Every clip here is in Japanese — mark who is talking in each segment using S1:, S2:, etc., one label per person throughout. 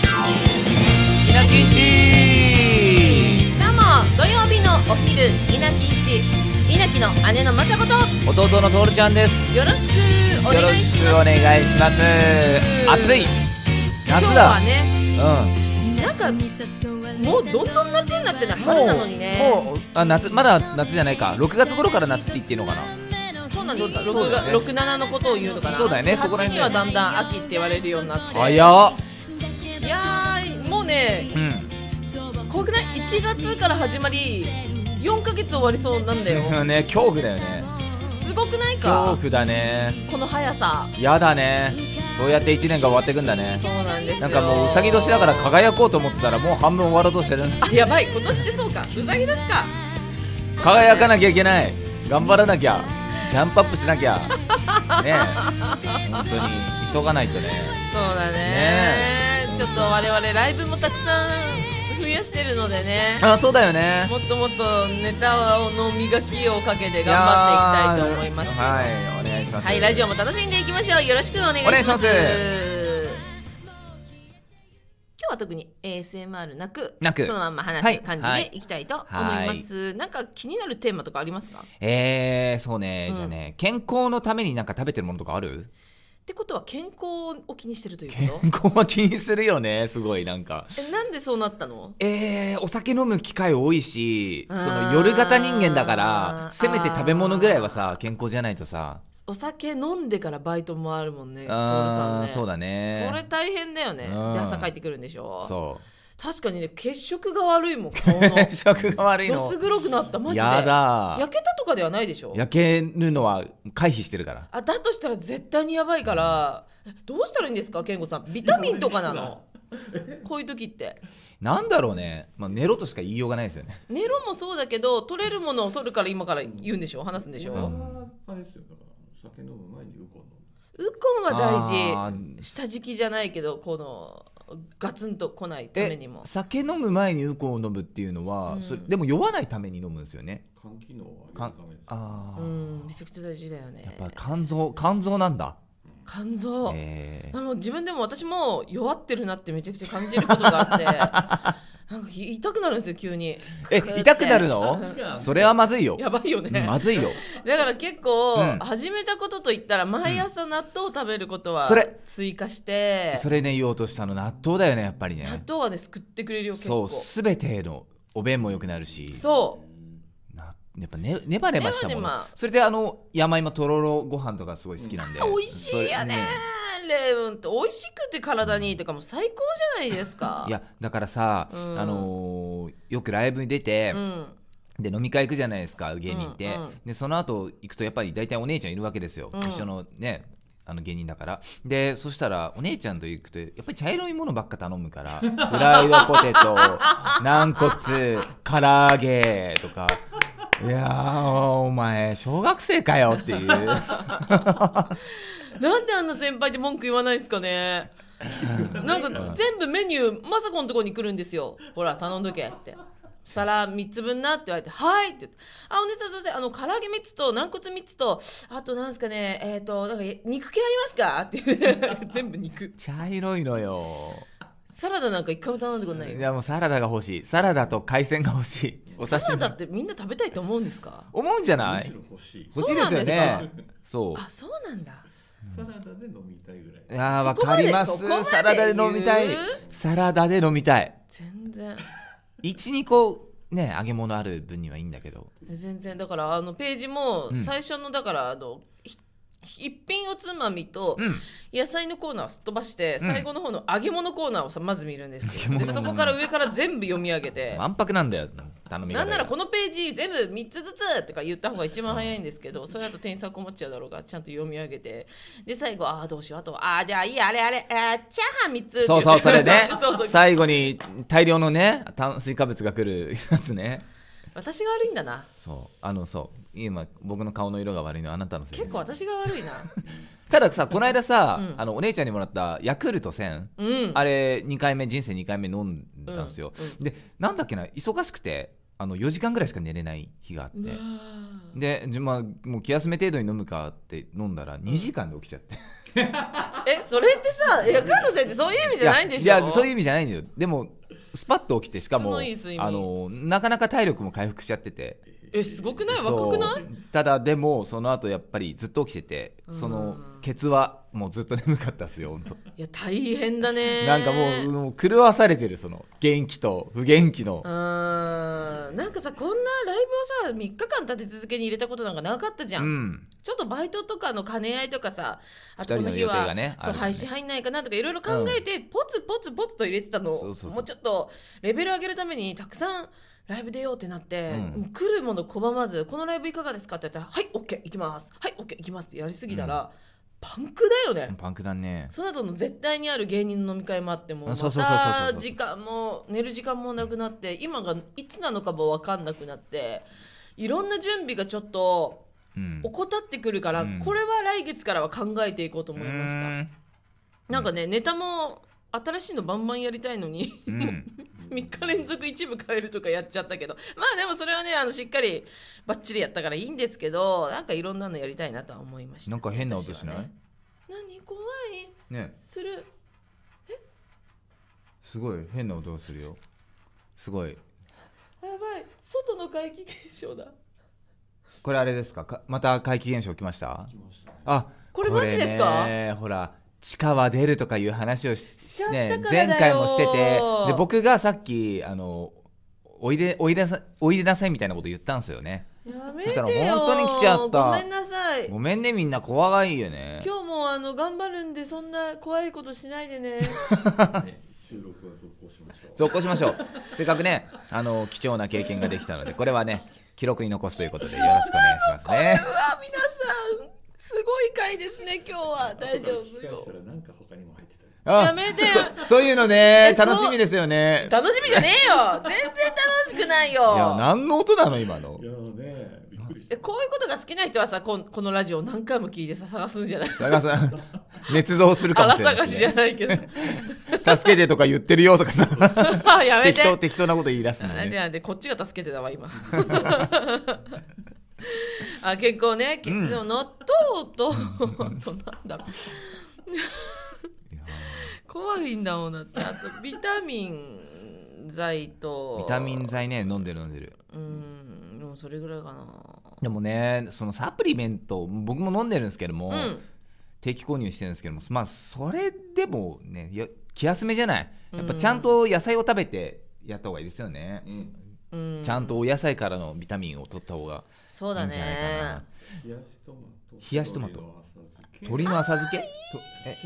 S1: ひなきんち
S2: どうも土曜日のお昼稲城一稲城の姉の雅子と
S1: 弟のとおるちゃんです
S2: よろしくお
S1: よろ
S2: 願い
S1: し
S2: し
S1: く
S2: ます
S1: お願いします暑い
S2: 今
S1: 夏
S2: 日
S1: だ
S2: はね
S1: う
S2: なんかもうどんどん夏になってんだ
S1: ん
S2: 春なのにね
S1: もうあ夏まだ夏じゃないか6月頃から夏って言っていいのかな
S2: そうなんですか
S1: そうだよね
S2: 67、7のことを言うのかな
S1: そうだよねそこら
S2: 8
S1: 辺
S2: にはだんだん秋って言われるようになって
S1: 早っ
S2: いやーもうね
S1: うん
S2: 怖くない1月から始まり4ヶ月終わりそうなんだよ
S1: ね恐怖だよね
S2: すごくない
S1: 恐
S2: か
S1: 怖だね
S2: この速さ
S1: やだねそうやって1年が終わってくんだね
S2: そうなんですよ
S1: なんかもううさぎ年だから輝こうと思ってたらもう半分終わろうとしてる
S2: あやばい今年ってそうかうさぎ年か
S1: 輝かなきゃいけない頑張らなきゃジャンプアップしなきゃねえ本当に急がないとね
S2: そうだね
S1: ね
S2: ちょっと我々ライブもたくさん増やしてるのでね
S1: あそうだよね
S2: もっともっとネタの磨きをかけて頑張っていきたいと思います
S1: やーはいお願いします
S2: はいラジオも楽しんでいきましょうよろしくお願いします
S1: お願いします
S2: 今日は特に ASMR なく
S1: なく
S2: そのまんま
S1: は
S2: 話
S1: い
S2: す感じ
S1: はい
S2: でいきたいと思います、なんか気になるテーマとかありますかっ
S1: えー、そうね、
S2: うん
S1: じゃあね健康のためになんか食べてるものとかある
S2: てことは健康を気にしてるとい
S1: 健
S2: うこと
S1: 康は気にするよねすごいなんか
S2: えなんでそうなったの
S1: えー、お酒飲む機会多いし
S2: あー
S1: その夜型人間だか
S2: あ
S1: ら
S2: ー
S1: せめて食べ物ぐらいはさ健康じゃないとさ
S2: お酒飲んでからバイトもあるもんね徹さ
S1: あ
S2: ん
S1: ー
S2: ね
S1: そうだね
S2: それ大変だよねで
S1: うん
S2: 朝帰ってくるんでしょ
S1: そう
S2: 確かにね血色が悪いもん顔の
S1: 食が 悪い
S2: ど
S1: の
S2: す黒くなったマジで
S1: やだ
S2: 焼けたとかではないでしょ
S1: 焼けるのは回避してるから
S2: あだとしたら絶対にやばいからえどうしたらいいんですか健吾さんビタミンとかなのこういう時って
S1: なんだろうね、まあ、寝ろとしか言いようがないですよね
S2: 寝ろもそうだけど取れるものを取るから今から言うんでしょ話すんでしょ、
S1: う
S2: うん
S3: あれですよだからお酒飲む前にウコン飲む
S2: こんは
S1: あ
S2: 大
S1: ー
S2: 事下敷きじゃないけどこのガツンと来ないため
S1: え
S2: にも
S1: 酒飲む前にウコンを飲むっていうのは、
S2: うん
S1: それでも酔わないために飲むんですよね
S3: 肝機能を上げ
S1: か
S3: るためです
S1: あー、
S2: うんめちゃくちゃ大事だよね
S1: やっぱ肝臓肝臓なんだ
S2: 肝臓、
S1: えー
S2: あの自分でも私も弱ってるなってめちゃくちゃ感じることがあって なんかひ痛くなるんですよ急に
S1: え
S2: クーって
S1: 痛くなるのそれはまずいよ、
S2: やばいよね、
S1: うんまずいよ
S2: だから結構、
S1: うん
S2: 始めたことといったら毎朝納豆を食べることは
S1: それ
S2: 追加して、
S1: それね言おうとしたの納豆だよねやっぱり
S2: 納
S1: ね
S2: 豆はね救ってくれるよ結
S1: そ
S2: 構
S1: うすべてのお便も良くなるし
S2: そう
S1: なやっぱねネバネバしたも
S2: ネ
S1: の
S2: バネバ
S1: それであの山芋とろろご飯とかすごい好きなんで
S2: あ美味しいよねレモンって美味しくて体にいいとかもう最高じゃないですか
S1: それいやだからさ、
S2: うん
S1: あのーよくライブに出て
S2: う、ん
S1: で飲み会行くじゃないですか芸人って、
S2: うんうん
S1: でその後行くとやっぱり大体お姉ちゃんいるわけですよ、
S2: うん
S1: 一緒のねあの芸人だからでそしたらお姉ちゃんと行くとやっぱり茶色いものばっか頼むから フライドポテト軟骨唐揚げとかいやーお前小学生かよっていう
S2: なんであんな先輩って文句言わないんです かねなんか全部メニューまさこのとこに来るんですよほら頼んどけって皿3つ分なって言われて「はい」って言って「あお姉さんすいませんあの唐揚げ3つと軟骨3つとあとなんですかねえっ、となんかえ肉系ありますか?」って 言って全部肉
S1: 茶色いのよ
S2: サラダなんか一回も頼んでこない
S1: い
S2: よ
S1: やもうサラダが欲しいサラダと海鮮が欲しいお
S2: サ
S1: 刺
S2: ラ
S1: 身
S2: ダってみんな食べたいと思うんですか
S1: 思うんじゃな
S3: むし
S1: い
S3: ろ欲しい
S2: そ
S1: 欲し
S2: う
S1: いで
S2: なん
S1: すよ
S2: ですか
S1: ねそう
S2: あそうなんだ
S3: サラダで飲みたいぐらい
S1: いやーわ
S2: そこ
S1: か
S2: まで
S1: ります
S2: そこまで
S1: サラダで飲みたい
S2: 言う
S1: サラダで飲みたい
S2: 全然
S1: 12個ね揚げ物ある分にはいいんだけど
S2: 全然だからあのページも
S1: うん
S2: 最初のだからあの、ひ一品おつまみと
S1: うん
S2: 野菜のコーナーをすっ飛ばして、
S1: うん
S2: 最後の方の揚げ物コーナーをさまず見るんです
S1: 揚げ
S2: よ
S1: 物
S2: でそこから上から全部読み上げて
S1: わんぱくなんだよ頼み方
S2: な
S1: が
S2: んならこのページ全部3つずつとか言った方が一番早いんですけど、それだと店員さん困っちゃうだろうがちゃんと読み上げてで最後ああどうしようあとああじゃあいいやあれあれあーチャーハン3つって
S1: そうそうそれね
S2: そうそう
S1: 最後に大量のね炭水化物が来るやつね
S2: 私が悪いんだな
S1: そうあのそう今僕の顔の色が悪いのはあなたのせいで
S2: 結構私が悪いな
S1: たださこの間さ、
S2: うん
S1: あのお姉ちゃんにもらったヤクルト1000
S2: うん
S1: あれ2回目人生2回目飲んだんですよ、
S2: うんう
S1: でなんだっけな忙しくてあの4時間ぐらいしか寝れない日があっ
S2: う
S1: て
S2: わー
S1: で、じゃまあ、もう気休め程度に飲むかって飲んだら2時間で起きちゃって、
S2: えそれってさいや加藤さんってそういう 意味じゃないんでしょ
S1: いやいやそういう意味じゃないんだよでもスパッと起きてしか
S2: 質
S1: も
S2: のいい睡眠
S1: あのなかなか体力も回復しちゃってて
S2: えすごくない
S1: そう
S2: 若くない
S1: ただでもその後やっぱりずっと起きててその
S2: うん
S1: ケツはもうずっと眠かったですよ本当
S2: いや大変だね
S1: なんかもうもう狂わされてるその元気と不元気の
S2: うーんなんかさこんなライブをさ3日間立て続けに入れたことなんかなかったじゃ、
S1: うんん
S2: ちょっとバイトとかの兼ね合いとかさあと
S1: 二
S2: こ
S1: 人
S2: の
S1: の
S2: 日
S1: 予定
S2: は、
S1: がね
S2: そう
S1: あるからね
S2: 配信入んないかなとかいろいろ考えて、ポツポツポツと入れてたのを
S1: そうそうそう
S2: もうちょっとレベル上げるためにたくさんライブ出ようってなって、
S1: うん
S2: もう来るもの拒まず「このライブいかがですか?」って言ったら「はい OK 行きます」「はい OK 行きます」ってやりすぎたら、パンクだよね、
S1: パンクだね
S2: その後の絶対にある芸人の飲み会もあっても
S1: あ
S2: ま
S1: そうそうそうそうそう
S2: た時間も寝る時間もなくなって今がいつなのかも分かんなくなっていろんな準備がちょっと
S1: うん
S2: 怠ってくるから、
S1: うん
S2: これは来月からは考えていこうと思いました、
S1: うん
S2: なんかねネタも新しいのバンバンやりたいのに
S1: うん
S2: 3日連続一部変えるとかやっちゃったけどまあでもそれはねあのしっかりバッチリやったからいいんですけどなんかいろんなのやりたいなとは思いました
S1: なんか変な音
S2: 私
S1: し
S2: は
S1: な
S2: ね
S1: い
S2: 何怖い
S1: ね
S2: する
S1: すごい変な音がするよすごい
S2: やばい外の怪奇現象だ
S1: これあれですかかまた怪奇現象起きました
S3: 来ましたね
S1: あ
S2: これマジですか
S1: これねほら地下は出るとかいう話をし
S2: ちゃったからだよ
S1: 前回もしててで僕がさっきあのおいでおいでなさおいでなさいみたいなこと言ったんですよね
S2: やめ
S1: そ
S2: て
S1: し
S2: よ
S1: たら本当に来ちゃった
S2: ごめんなさい
S1: ごめんねみんな怖がいよね
S2: 今日もあの頑張るんでそんな怖いことしないで ね
S3: ね収録は続行しましょう。
S1: 続行しまし ょうせっかくねあの貴重な経験ができたのでこれはね記録に残すということでよろしくお願いします
S2: うわ
S1: ね
S2: 皆さんすごい回ですね今日は大丈夫よ
S3: したらなんか他にも入ってたり。
S2: や
S1: あ
S2: めて
S1: そういうのね
S2: えそう
S1: 楽しみですよね
S2: 楽しみじゃねえよ全然楽しくない
S1: いや
S2: よ
S1: 何の音なの今の
S3: いやーね、びっくりした
S2: え。こういうことが好きな人はさこんこのラジオを何回も聞いてさ探すんじゃない
S1: 探さ ん捏造するかも
S2: 荒
S1: しれないで
S2: 探
S1: すね、
S2: しじゃないけど
S1: 助けてとか言ってるよとかさ
S2: やめ
S1: 適
S2: て
S1: 当適当なこと言い出すの
S2: なんで
S1: ね。
S2: なんでこっちが助けてたわ今 あ健康ね、け
S1: うん
S2: でも納豆と あとなんだろう
S1: いや
S2: 怖いんだもんだってあとビタミン剤
S1: ビ
S2: と
S1: タミン剤ね飲んでる飲んでる。
S2: うんでもそれぐらいかな
S1: でもねそのサプリメント僕も飲んでるんですけども、
S2: うん
S1: 定期購入してるんですけどもまあそれでもねよ気休めじゃないやっぱ
S2: うん
S1: ちゃんと野菜を食べてやった方がいいですよね
S3: う、ん。
S2: うん
S1: ちゃんとお野菜からのビタミンを取った方が
S2: そ
S1: い
S2: う
S1: い
S2: だ
S1: んじゃないか
S2: ね
S1: な
S3: 冷やしトマト。
S1: 冷やしトマト鶏
S3: 鶏の
S1: の浅漬けとえ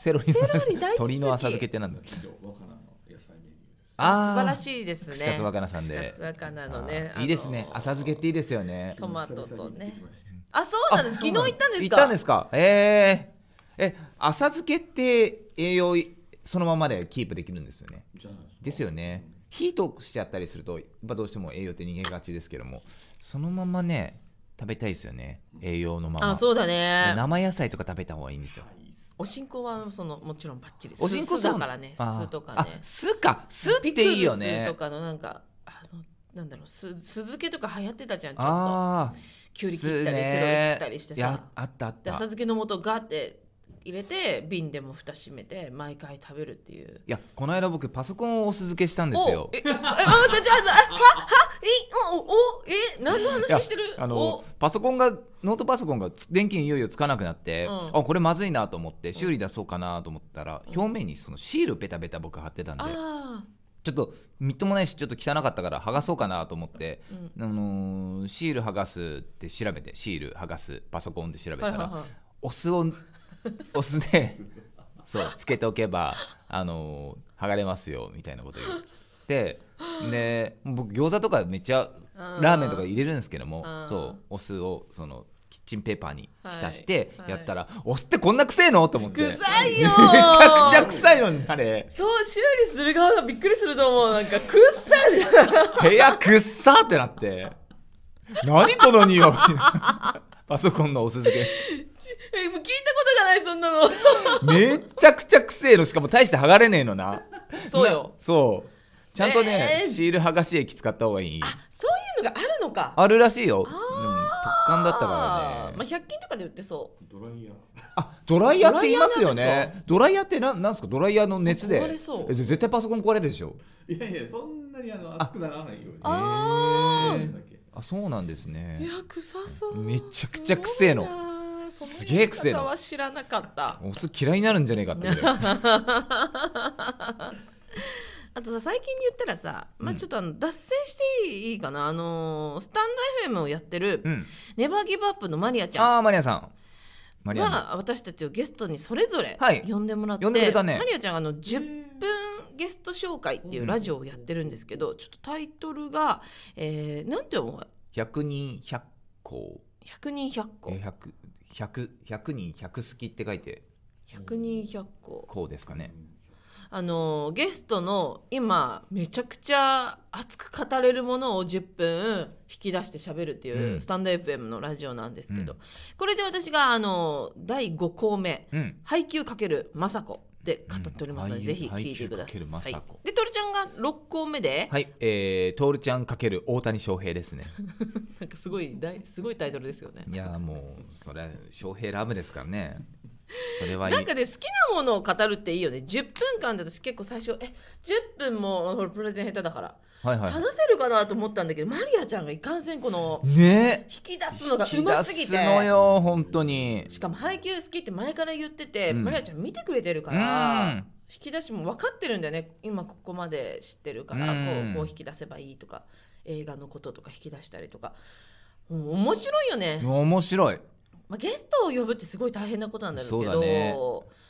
S1: セロリの
S2: セロリ大好き
S1: 鶏の浅漬けってなんだ
S3: 浅漬け。以上、若菜の野菜メニューです。
S2: 素晴ら
S1: い
S2: しいですね
S1: 串カツ若菜さん
S2: 串
S1: で
S2: カツ若菜のね
S1: あーいいですね
S2: あの
S1: 浅漬けっていいですよね
S2: トマトとね
S3: 久々に行ってきました。
S2: あそうなんです昨日行ったんですか
S1: 行ったんですかえー、え浅漬けって栄養いそのままでキープできるんですよね
S3: じゃない
S1: ですよね火通しちゃったりするとやっぱどうしても栄養って逃げがちですけどもそのままね食べたいですよね栄養のまま
S2: あそうだね
S1: 生野菜とか食べた方がいいんですよ
S2: おしんこはそのもちろんバッチリ
S1: おしんこ
S2: 酢
S1: そう
S2: だからね
S1: あー
S2: 酢とか
S1: あ
S2: ね
S1: 酢か酢っていいよ
S2: ピクルス
S1: ね
S2: とかのなんかあのなんだろう酢酢漬けとか流行ってたじゃんちょっと
S1: ああ
S2: きゅうり切ったりセロリ切ったりしてさ
S1: あったあっ
S2: で
S1: た
S2: 浅漬けの素ガーって入れて瓶でも蓋閉めて毎回食べるっていう
S1: いやこの間僕パソコンをお酢漬けしたんですよ
S2: おええあ待ってちょっとあははえおおおえ何の
S1: いや
S2: 話してる
S1: あの
S2: お
S1: パソコンがノートパソコンがつ電気にいよいよつかなくなって、
S2: うん
S1: あこれまずいなと思って修理出そうかなと思ったら、表面にそのシールベタベタ僕貼ってたんで
S2: あ
S1: ちょっとみっともないしちょっと汚かったから剥がそうかなと思って、
S2: ーうん
S1: あのーシール剥がすって調べてシール剥がすパソコンで調べた
S2: は
S1: ら、
S2: いはいはい
S1: お酢をお酢でそうつけておけばあの剥がれますよみたいなこと言ってで僕餃子とかめっちゃ
S2: うん
S1: ラーメンとか入れるんですけど
S2: う
S1: も
S2: ん
S1: そうお酢をそのキッチンペーパーに浸して
S2: はい
S1: やったら、お酢ってこんな臭いのと思って
S2: 臭 い
S1: めち
S2: よー
S1: ゃくちゃ臭いのにあれ
S2: そう修理する側がびっくりすると思うなんかくっさいみたいな
S1: 部屋くっさーってなって何この匂いパソコンのお酢漬け
S2: えもう聞いたことがないそんな の
S1: めっちゃくちゃくせえのしかも大して剥がれねえのな
S2: そうよ
S1: なそうちゃんとね、
S2: えー
S1: シール剥がし液使った方がいい
S2: そうがあるのか
S1: あるらしいよ、うん、
S2: あ
S1: 特
S2: ー
S1: 感だったからね
S2: まあ、100均とかで売ってそ
S3: ドライヤー
S1: あドライヤーって言いますよ
S2: ドライヤーなんで
S1: ねドライヤーってなんなんですかドライヤーの熱で
S2: 壊れそう
S1: え絶対パソコン壊れるでしょ
S3: いやいやそんなにあの熱くならないように
S2: あ
S1: へ
S3: だ
S1: ー
S3: け
S1: あそうなんです
S2: うい
S1: ね
S2: や臭そう
S1: めちゃくちゃ臭えの
S2: すごいなその
S1: すげえ臭えの
S2: 言い方は知らなかった
S1: お酢嫌いになるんじゃねえかってぐらい
S2: あとさ最近で言ったらさ、まあ、
S1: うん
S2: ちょっとあの脱線していいかな、あのースタンド FM をやってる、
S1: うん
S2: ネバーギブアップのマリアちゃん
S1: ああマリアさんマリアさん
S2: は私たちをゲストにそれぞれ
S1: はい
S2: 呼んでもらって、
S1: 呼んでくれたね
S2: マリアちゃんがあの10分
S3: 分
S2: ゲスト紹介っていうラジオをやってるんですけど、ちょっとタイトルが、えー、なんて思う
S1: 100人100個
S2: 100人100個
S1: え100 100 100人100好きって書いて
S2: 100人100個
S1: こうですかね
S2: あのーゲストの今めちゃくちゃ熱く語れるものを10分引き出して喋るっていう、
S1: うん
S2: スタンド FM のラジオなんですけど、
S1: うん
S2: これで私があのー第5項目
S1: うん
S2: 「配給×政子」で語っておりますので、
S1: うん
S2: ぜひ
S1: 配
S2: 聞い
S1: 給
S2: てください
S1: かける政子
S2: でトルちゃんが6項目で、
S1: はいえー、トールちゃんかける大谷翔平ですね
S2: なんかすごい大すごいタイトルですよね
S1: いやーもうそれは翔平ラブですからねそれはいい
S2: なんかね好きなものを語るっていいよね10分間で私結構最初え10分もほらプレゼン下手だから、
S1: はいはい
S2: 話せるかなと思ったんだけどマリアちゃんがいかんせんこの
S1: ね
S2: 引き出すのが
S1: え
S2: うますぎ
S1: 引き出すの
S2: て
S1: よ本当に
S2: しかも配給好きって前から言ってて、
S1: うん
S2: マリアちゃん見てくれてる
S1: う
S2: から、
S1: ん
S2: 引き出しも分かってるんだよね今ここまで知ってるから、
S1: うん
S2: こうこう引き出せばいいとか映画のこととか引き出したりとか、うん面白いよね。
S1: 面白い
S2: まあ、ゲストを呼ぶってすごい大変なことなんだろうけ
S1: そ
S2: ど
S1: うだね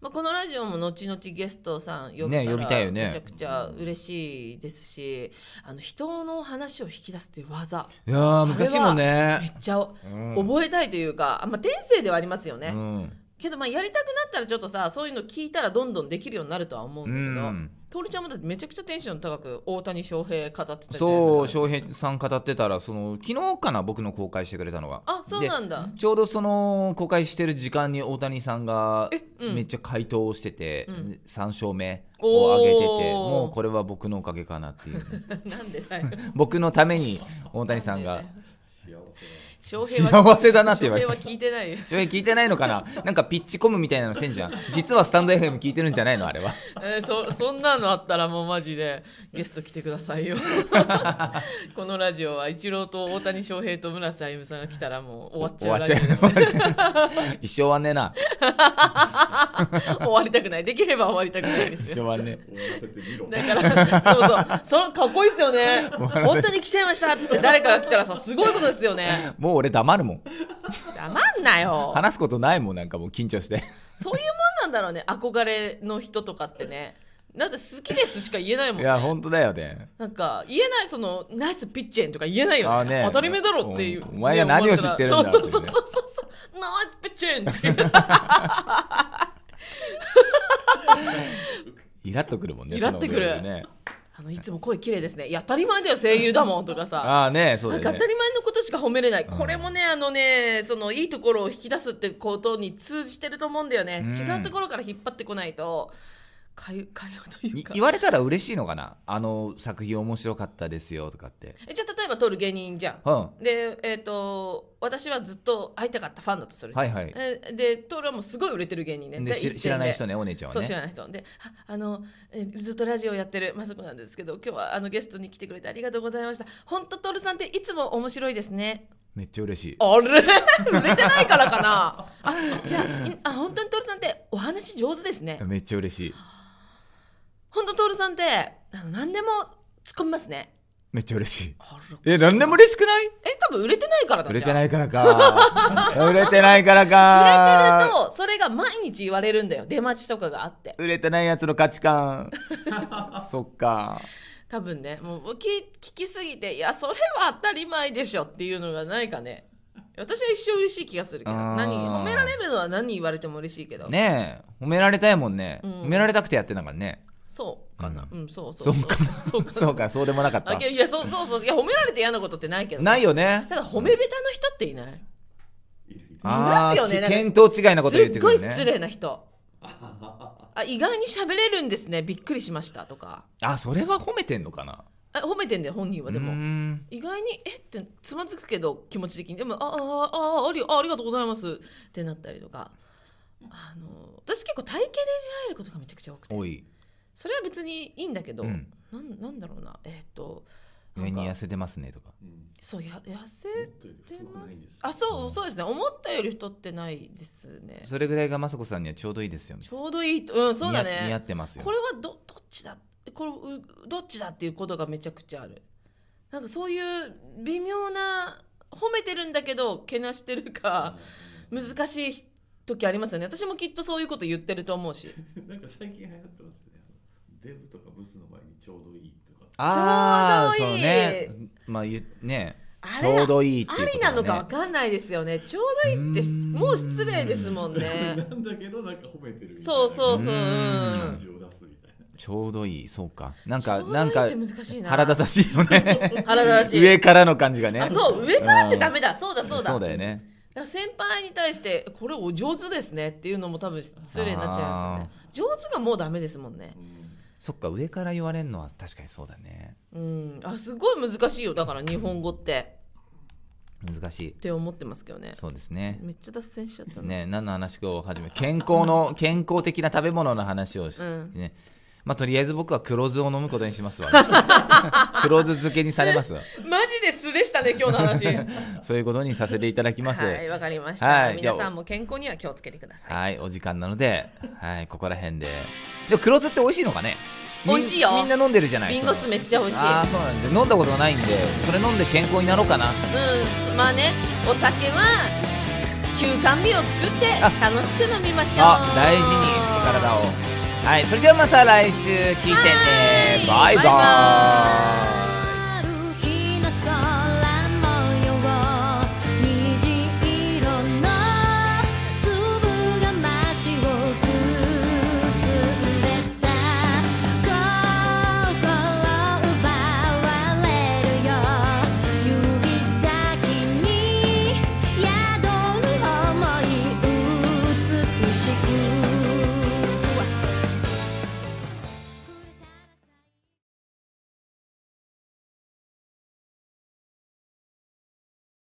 S2: まあ、このラジオも後々ゲストさん呼べ
S1: ね
S2: た
S1: 呼びたい
S2: ら
S1: よね
S2: めちゃくちゃ嬉しいですし、あの人の話を引き出すっていう技
S1: いやー難しいもん
S2: め
S1: ね
S2: っちゃ
S1: 覚
S2: 覚えたいというか、あまあ、天性ではありますよね、
S1: うん
S2: けどまあやりたくなったらちょっとさそういうの聞いたらどんどんできるようになるとは思う
S1: うん
S2: だけど、
S1: ん
S2: トールちゃんもだってめちゃくちゃテンション高く大谷翔平語ってたじゃないですか
S1: そう翔平さん語ってたらその昨日かな僕の公開してくれたのが
S2: あそうなんだ
S1: でちょうどその公開してる時間に大谷さんが
S2: えうん
S1: めっちゃ回答をしてて、
S2: うん
S1: 3勝目
S2: お
S1: を
S2: ー
S1: 挙げててもうこれは僕のおかげかなっていう
S2: なんでだよ
S1: 僕のために大谷さん
S2: な
S1: が
S2: でだよ
S3: 幸せだ
S2: 翔平は
S1: 幸せだなって言われまし
S2: 翔
S1: た
S2: 平は聞いてないよ
S1: 翔平聞いてないのかななんかピッチコムみたいなのしてんじゃん実はスタンド FM 聞いてるんじゃないのあれは
S2: えーそそんなのあったらもうマジでゲスト来てくださ いよこのラジオはイチローと大谷翔平と村瀬歩夢さんが来たらもう終わっちゃうラジオです
S1: 終わっちゃう一生はねえな
S2: 終わりたくないできれば終わりたくないで
S1: 一
S2: す
S1: 生
S2: よ
S1: はね
S3: 終わらせてみろ
S2: だからそうそうそのかっこいいですよ
S1: ら
S2: ね
S1: せ
S2: 本当に来ちゃいましたっつって誰かが来たらさすごいことですよね
S1: もう俺黙るもん
S2: 黙んなよ
S1: 話すことないもんなんかもう緊張して
S2: そういうもんなんだろうね憧れの人とかってねだって好きですしか言えないもん
S1: い
S2: ね
S1: や本当だよね
S2: なんか言えないそのナイスピッチェンとか言えないよ
S1: あー
S2: ね
S1: ね
S2: 当たり前だろっていう、
S1: おお前が何を知ってるんだ
S2: ね
S1: ってね
S2: 思ったらそうそうそうそうそうナイスピッチェンっていう
S1: イラっとくるもんね
S2: イラっとくる
S1: その上でね
S2: あのいつも声綺麗ですねいや当たり前だよ声優だもんとかさ
S1: ああねそう
S2: な
S1: だ
S2: んか
S1: よね
S2: 当たり前のことしか褒めれない、これもねあのねそのいいところを引き出すってことに通じてると思うんだよね、
S1: うん
S2: 違うところから引っ張ってこないとかゆかよという
S1: い
S2: か
S1: 言われたら嬉しいのかなあの作品面白かったですよとかって
S2: えじゃあ例えば撮る芸人じゃん
S1: うんは
S2: でえっ、と私はずっと会いたかったファンだとする
S1: い
S2: じゃん
S1: はい
S2: えでトールはもうすごい売れてる芸人ね
S1: で
S2: 第一線
S1: し
S2: で
S1: 知らない人ねお姉ちゃんは
S2: そう知
S1: ね
S2: らない人でああのえずっとラジオやってるまさこなんですけど今日はあのゲストに来てくれてありがとうございました本当トールさんっていつも面白いですね
S1: めっちゃ嬉しい
S2: あれ 売れてないからかなあじゃあいあ本当にトールさんってお話上手ですね
S1: めっちゃ嬉しい
S2: 本当トールさんってあの何でも突っ込みますね
S1: めっちゃ嬉しい
S2: あら
S1: え何でも嬉しくない
S2: え多分売れてないからだ
S1: 売れてないいから か売れてないから
S2: 売れて
S1: か
S2: るとそれが毎日言われるんだよ出待ちとかがあって
S1: 売れてないやつの価値 観そっか
S2: 多分ねもう聞聞きすぎていやそれは当たり前でしょっていうのがないかね私は一生嬉しい気がするけど
S1: あー
S2: 何褒められるのは何言われても嬉しいけど、
S1: ねえ褒められたいもんね、
S2: うん
S1: 褒められたくてやってんだからね
S2: そうかなう、
S1: うん
S2: そうそう
S1: そうか
S2: そう か
S1: そうかそうでもなかっ
S2: あ
S1: た
S2: いやいやそうそうそういや褒められて嫌なことってないけど
S1: ないよね
S2: ただ褒め下手の人っていない
S3: いるいる
S1: ああ
S2: いますよね
S1: き見当違いなこと言っ
S2: す
S1: て
S2: っ
S1: く
S2: ごい
S1: るね
S2: 失礼な人あ意外に喋れるんですねびっくりしましたとか
S1: あそれは褒めてんのかな
S2: あえ褒めてんだよ本人はで
S1: うー
S2: も
S1: ん
S2: 意外にえってつまずくけど気持ち的にでもああああありあありがとうございますってなったりとかあの私結構体型でいじられることがめちゃくちゃ多くて
S1: 多い
S2: それは別にいいんだけど、
S1: うん
S2: なんなんだろうなえーっとな
S1: 上
S2: んか
S1: に痩せてますねとか
S3: うん
S2: そうや痩せ
S3: 思
S2: て
S3: ったより太く
S2: ま
S3: ないん
S2: す
S3: ですよ
S2: あそううんそうですね思ったより太ってないですね
S1: それぐらいが雅子さんにはちょうどいいですよね
S2: ちょうどいいとうんそうだ
S1: 似合似合
S2: ね
S1: ってますよ
S2: これはどどっちだこれうどっちだっていうことがめちゃくちゃあるなんかそういう微妙な褒めてるんだけどけなしてるか
S3: うん
S2: 難しい時ありますよね私もきっとそういうこと言ってると思うし
S3: なんか最近流行ってますねあのデブとかブスの前にちょうどいいとか
S1: ああ
S2: ちょ
S1: そ
S2: うど
S1: う
S2: いい
S1: ねまあゆね
S2: あ
S1: ち
S2: れ
S1: ょうどいいっていう
S2: あ
S1: こと
S2: りなのか
S1: だ
S2: わ
S1: ね
S2: かんないですよねちょうどいいって
S1: うーん
S2: もう失礼ですもん
S3: な
S2: ね
S3: んだけどなんか褒めてるみたいな
S2: そうそうそうう
S1: うん
S3: 感じを出すみたいな
S1: ちょうどいいそうかなん
S2: ちょ
S1: か
S2: うどいい
S1: なんか
S2: って難しいな
S1: 腹立たしいよね
S2: 腹立たしい
S1: 上からの感じがね
S2: あそう上からってダメだそうだそうだ
S1: そうだよね
S2: だから先輩に対して「これお上手ですね」っていうのも多分失礼になっちゃいますよね上手がもうダメですもんね
S3: うん
S1: そっか上から言われるのは確かにそうだね
S2: うんあすごい難しいよだから日本語って
S1: 難しい
S2: って思ってますけどね
S1: そうですね
S2: めっちゃ脱線しちゃったな
S1: ね何の話を始め健康 の健康的な食べ物の話をし、
S2: うん
S1: ねまあとりあえず僕は黒酢を飲むことにしますわ黒酢漬けにされます わ
S2: マジで素でしたね今日の 話
S1: そういうことにさせていただきます
S2: はいわかりました、
S1: はい
S2: 皆さんも健康には気をつけてください
S1: はい、お時間なので、はい、ここら辺で。でも黒酢って美味しいのかねみん
S2: 美味しいよ
S1: みんな飲んでるじゃない
S2: リンゴ酢めっちゃ美味しい
S1: ああー、そうなんですよ飲んだことがないんで、それ飲んで健康になろうかな。
S2: うんまあねお酒は休館日を作って楽しく飲みましょう
S1: あ、大事に体を。はい、それではまた来週聞いてね。
S2: はー
S1: バイ
S2: い
S1: バ
S2: バイバーイ
S1: ーイ